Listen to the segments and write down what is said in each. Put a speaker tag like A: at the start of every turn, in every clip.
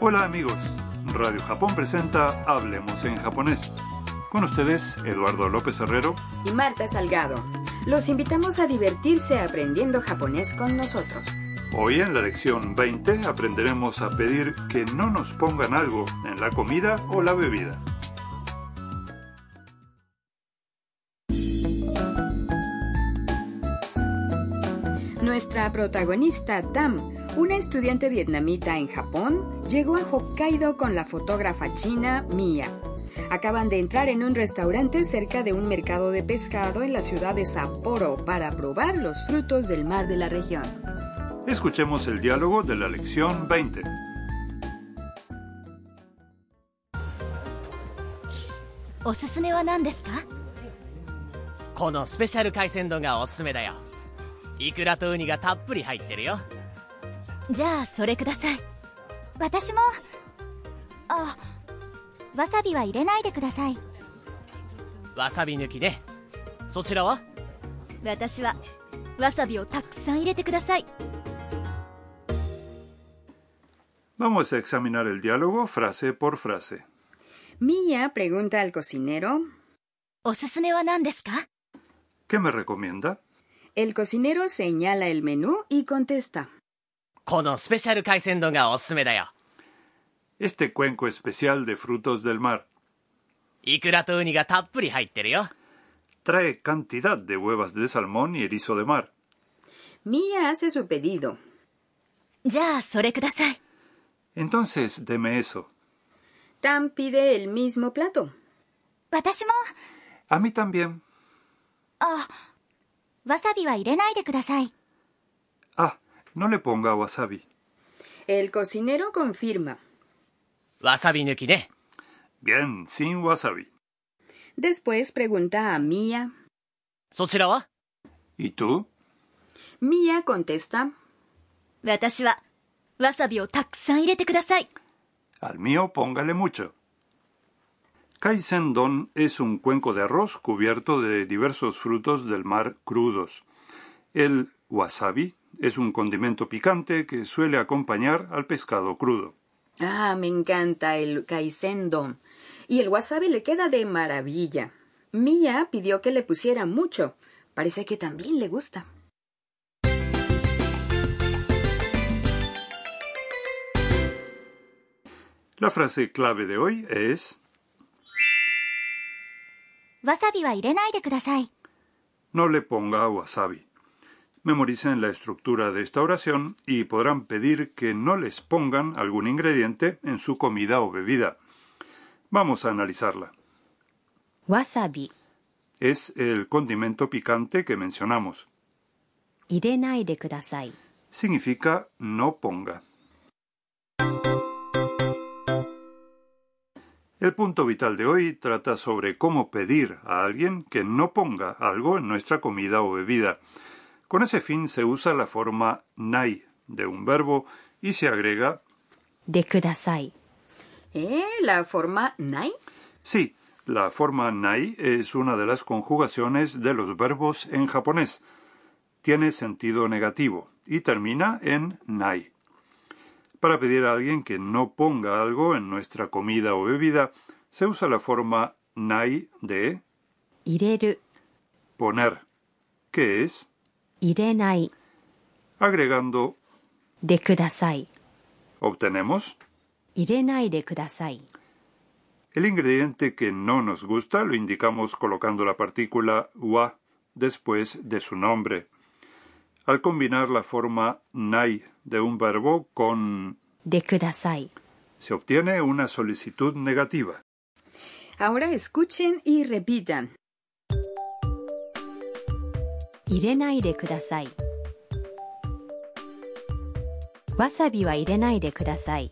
A: Hola amigos, Radio Japón presenta Hablemos en japonés. Con ustedes, Eduardo López Herrero.
B: y Marta Salgado. Los invitamos a divertirse aprendiendo japonés con nosotros.
A: Hoy en la lección 20 aprenderemos a pedir que no nos pongan algo en la comida o la bebida.
B: Nuestra protagonista Tam, una estudiante vietnamita en Japón, llegó a Hokkaido con la fotógrafa china Mia. Acaban de entrar en un restaurante cerca de un mercado de pescado en la ciudad de Sapporo para probar los frutos del mar de la región.
A: Escuchemos el diálogo de la lección 20.
C: おすすめは何ですか
D: このスペシャル海鮮丼がおすすめだよイクラとウニがたっぷり入ってるよ
C: じゃあそれください
E: 私もあわさびは入れないでください
D: わさび抜きねそちらは
C: 私はわさびをたくさん入れてください
A: Vamos a examinar el diálogo frase por frase.
B: Mia pregunta al cocinero.
C: おすすめは何ですか
A: ¿Qué me recomienda?
B: El cocinero señala el menú y contesta.
D: このスペシャル海鮮丼がおすすめだよ
A: Este cuenco especial de frutos del mar
D: イクラとウニがたっぷり入ってるよ
A: trae cantidad de huevas de salmón y erizo de mar.
B: Mia hace su pedido.
C: じゃあそれください
A: Entonces, deme eso.
B: Tam pide el mismo plato.
E: 私も
A: A mí también.
E: あわさびは入れないでください
A: Ah, no le ponga wasabi.
B: El cocinero confirma.
D: わさび抜きね
A: Bien, sin wasabi.
B: Después pregunta a Mia.
D: そちらは
A: ¿Y tú?
B: Mia contesta.
C: 私はわさびをたくさん入れてください
A: Al mío póngale mucho. Kaisen don es un cuenco de arroz cubierto de diversos frutos del mar crudos. El wasabi es un condimento picante que suele acompañar al pescado crudo.
B: Ah, me encanta el kaisendon. Y el wasabi le queda de maravilla. Mia pidió que le pusiera mucho. Parece que también le gusta.
A: La frase clave de hoy es
E: わさびは入れないでください
A: no le ponga wasabi. Memoricen la estructura de esta oración y podrán pedir que no les pongan algún ingrediente en su comida o bebida. Vamos a analizarla.
C: わさび
A: Es el condimento picante que mencionamos.
C: 入れないでください
A: Significa no ponga. El punto vital de hoy trata sobre cómo pedir a alguien que no ponga algo en nuestra comida o bebida. Con ese fin se usa la forma nai de un verbo y se agrega
C: でください
B: ¿Eh? ¿La forma nai?
A: sí. La forma nai es una de las conjugaciones de los verbos en japonés. Tiene sentido negativo y termina en nai. Para pedir a alguien que no ponga algo en nuestra comida o bebida, se usa la forma nai de
C: 入れる
A: poner, que es
C: 入れない
A: agregando
C: でください
A: obtenemos
C: 入れないでください
A: El ingrediente que no nos gusta lo indicamos colocando la partícula wa después de su nombre. Al combinar la forma nai de un verbo con
C: でください
A: se obtiene una solicitud negativa.
B: Ahora escuchen y repitan.
C: 入れないでくださいわさびは入れないでください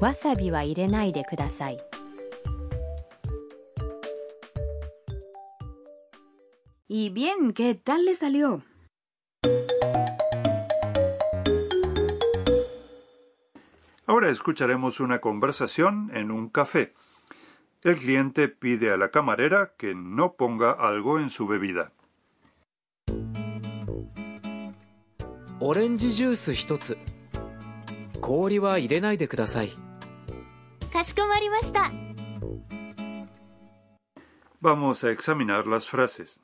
C: わさびは入れないでください
B: Y bien, ¿qué tal le salió?
A: Ahora escucharemos una conversación en un café. El cliente pide a la camarera que no ponga algo en su bebida.
F: オレンジジュース一つ氷は入れないでください
E: かしこまりました
A: Vamos a examinar las frases.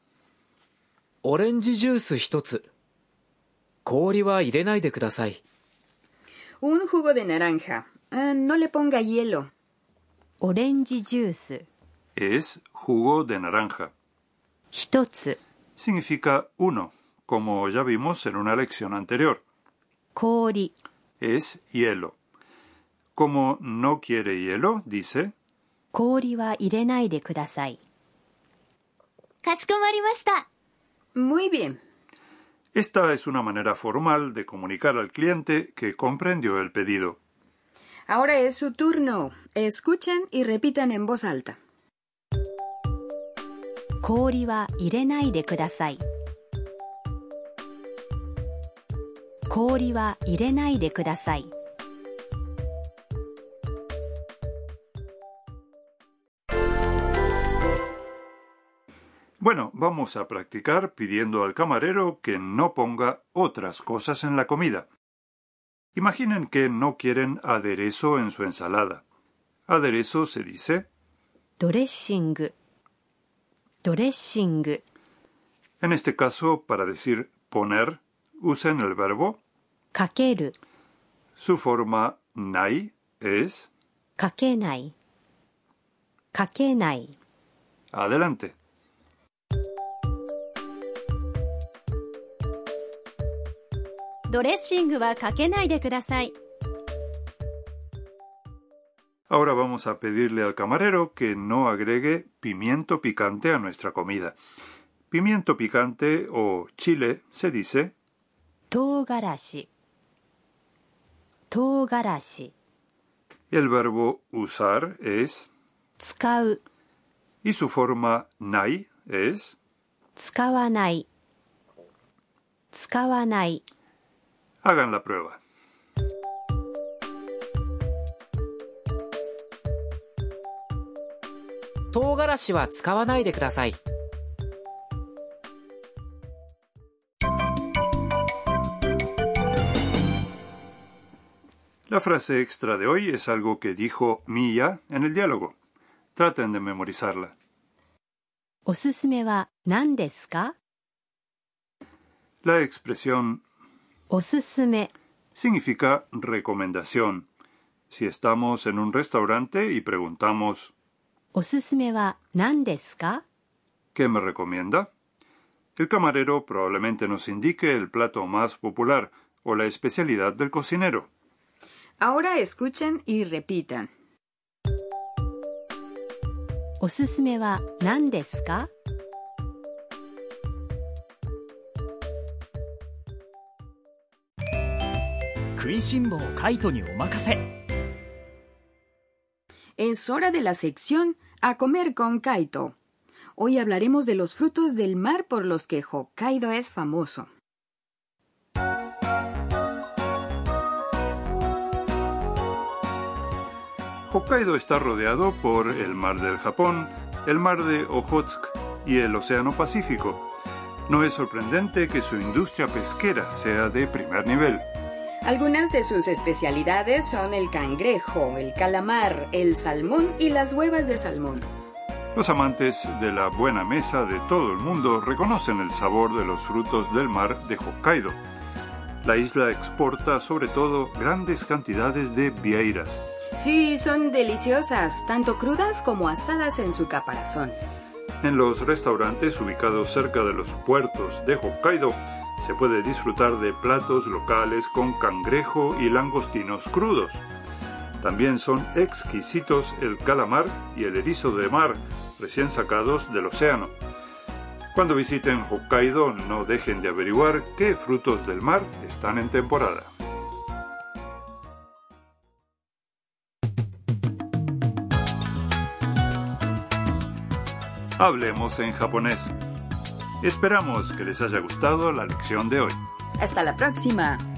F: オレンジジュース一つ氷は入れないでください
B: Un jugo de naranja. Ah, no le ponga hielo.
G: オレンジジュース
A: Es jugo de naranja.
G: 一つ
A: Significa uno, como ya vimos en una lección anterior.
G: 氷
A: Es hielo. Como no quiere hielo, dice
G: 氷は入れないでください
E: かしこまりました
B: Muy bien.
A: Esta es una manera formal de comunicar al cliente que comprendió el pedido.
B: Ahora es su turno. Escuchen y repitan en voz alta.
G: 氷は入れないでください氷は入れないでください
A: Bueno, vamos a practicar pidiendo al camarero que no ponga otras cosas en la comida. Imaginen que no quieren aderezo en su ensalada. Aderezo se dice
G: ドレッシングドレッシング
A: En este caso, para decir poner, usen el verbo.
G: かける
A: Su forma nai es
G: かけないかけない
A: adelante.
C: ドレッシングはかけないでください
A: Ahora vamos a pedirle al camarero que no agregue pimiento picante a nuestra comida. Pimiento picante o chile se dice
G: 唐辛子唐辛子
A: el verbo usar es
G: 使う
A: y su forma nai es
G: 使わない使わない
A: hagan la prueba.
F: 唐辛子は使わないでください
A: La frase extra de hoy es algo que dijo Mia en el diálogo. Traten de memorizarla.
G: おすすめは何ですか
A: La expresión
G: おすすめ
A: significa recomendación. Si estamos en un restaurante y preguntamos
G: おすすめは何ですか
A: ¿Qué me recomienda? El camarero probablemente nos indique el plato más popular o la especialidad del cocinero.
B: Ahora escuchen y repitan.
G: おすすめは何ですか
B: Es hora de la sección A comer con Kaito. Hoy hablaremos de los frutos del mar por los que Hokkaido es famoso.
A: Hokkaido está rodeado por el mar del Japón, el mar de Ojotsk y el Océano Pacífico. No es sorprendente que su industria pesquera sea de primer nivel.
B: Algunas de sus especialidades son el cangrejo, el calamar, el salmón y las huevas de salmón.
A: Los amantes de la buena mesa de todo el mundo reconocen el sabor de los frutos del mar de Hokkaido. La isla exporta sobre todo grandes cantidades de vieiras.
B: Sí, son deliciosas, tanto crudas como asadas en su caparazón.
A: En los restaurantes ubicados cerca de los puertos de Hokkaido se puede disfrutar de platos locales con cangrejo y langostinos crudos. También son exquisitos el calamar y el erizo de mar recién sacados del océano. Cuando visiten Hokkaido no dejen de averiguar qué frutos del mar están en temporada. Hablemos en japonés. Esperamos que les haya gustado la lección de hoy.
B: Hasta la próxima.